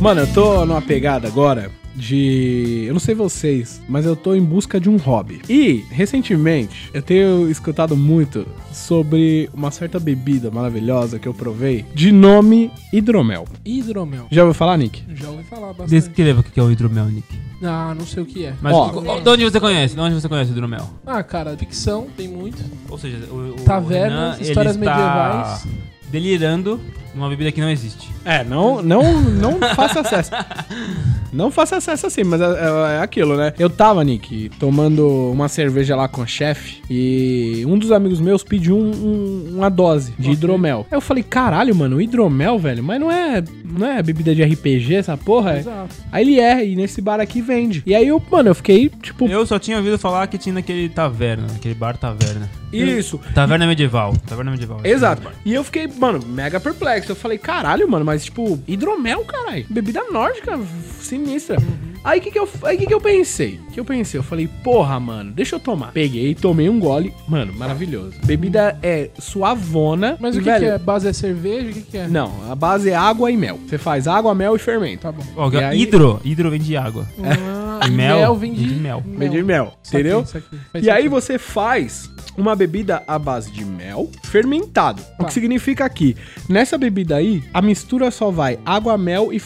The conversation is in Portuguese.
Mano, eu tô numa pegada agora de. Eu não sei vocês, mas eu tô em busca de um hobby. E, recentemente, eu tenho escutado muito sobre uma certa bebida maravilhosa que eu provei de nome Hidromel. Hidromel. Já ouviu falar, Nick? Já ouvi falar bastante. Descreva o que é o hidromel, Nick. Ah, não sei o que é. Mas Ó. o- o- de onde você conhece? De onde você conhece o hidromel? Ah, cara, ficção tem muito. Ou seja, o, o Tavernas, Renan, histórias ele está medievais. Delirando numa bebida que não existe. É, não, não, não faça acesso. Não faça acesso assim, mas é, é- é aquilo, né? Eu tava, Nick, tomando uma cerveja lá com o chefe e um dos amigos meus pediu um- um- uma dose de hidromel. Aí eu falei, caralho, mano, hidromel, velho? Mas não é, não é bebida de RPG essa porra? É. Exato. Aí ele é, e nesse bar aqui vende. E aí eu, mano, eu fiquei, tipo, Eu só tinha ouvido falar que tinha naquele taverna, naquele bar taverna. isso. Taverna medieval. Taverna medieval. Exato. E eu fiquei, mano, mega perplexo. Eu falei, caralho, mano, mas tipo, hidromel, caralho. Bebida nórdica, sinistra. Aí o que que eu, aí, que que eu pensei? O que eu pensei? Eu falei, porra, mano, deixa eu tomar. Peguei, tomei um gole. Mano, maravilhoso. Bebida é suavona. Mas e, o que, velho, que é? Base é cerveja? O que, que é? Não, a base é água e mel. Você faz água, mel e fermento. Tá bom. Ó, E aí- Hidro. Hidro vem de água. Ah, E mel? vem de, De mel. Vem de mel, Isso aqui, entendeu? isso aqui. Faz E aí sentido. você faz uma bebida à base de mel fermentado. O Tá. que significa que nessa bebida aí, a mistura só vai água, mel e fermento.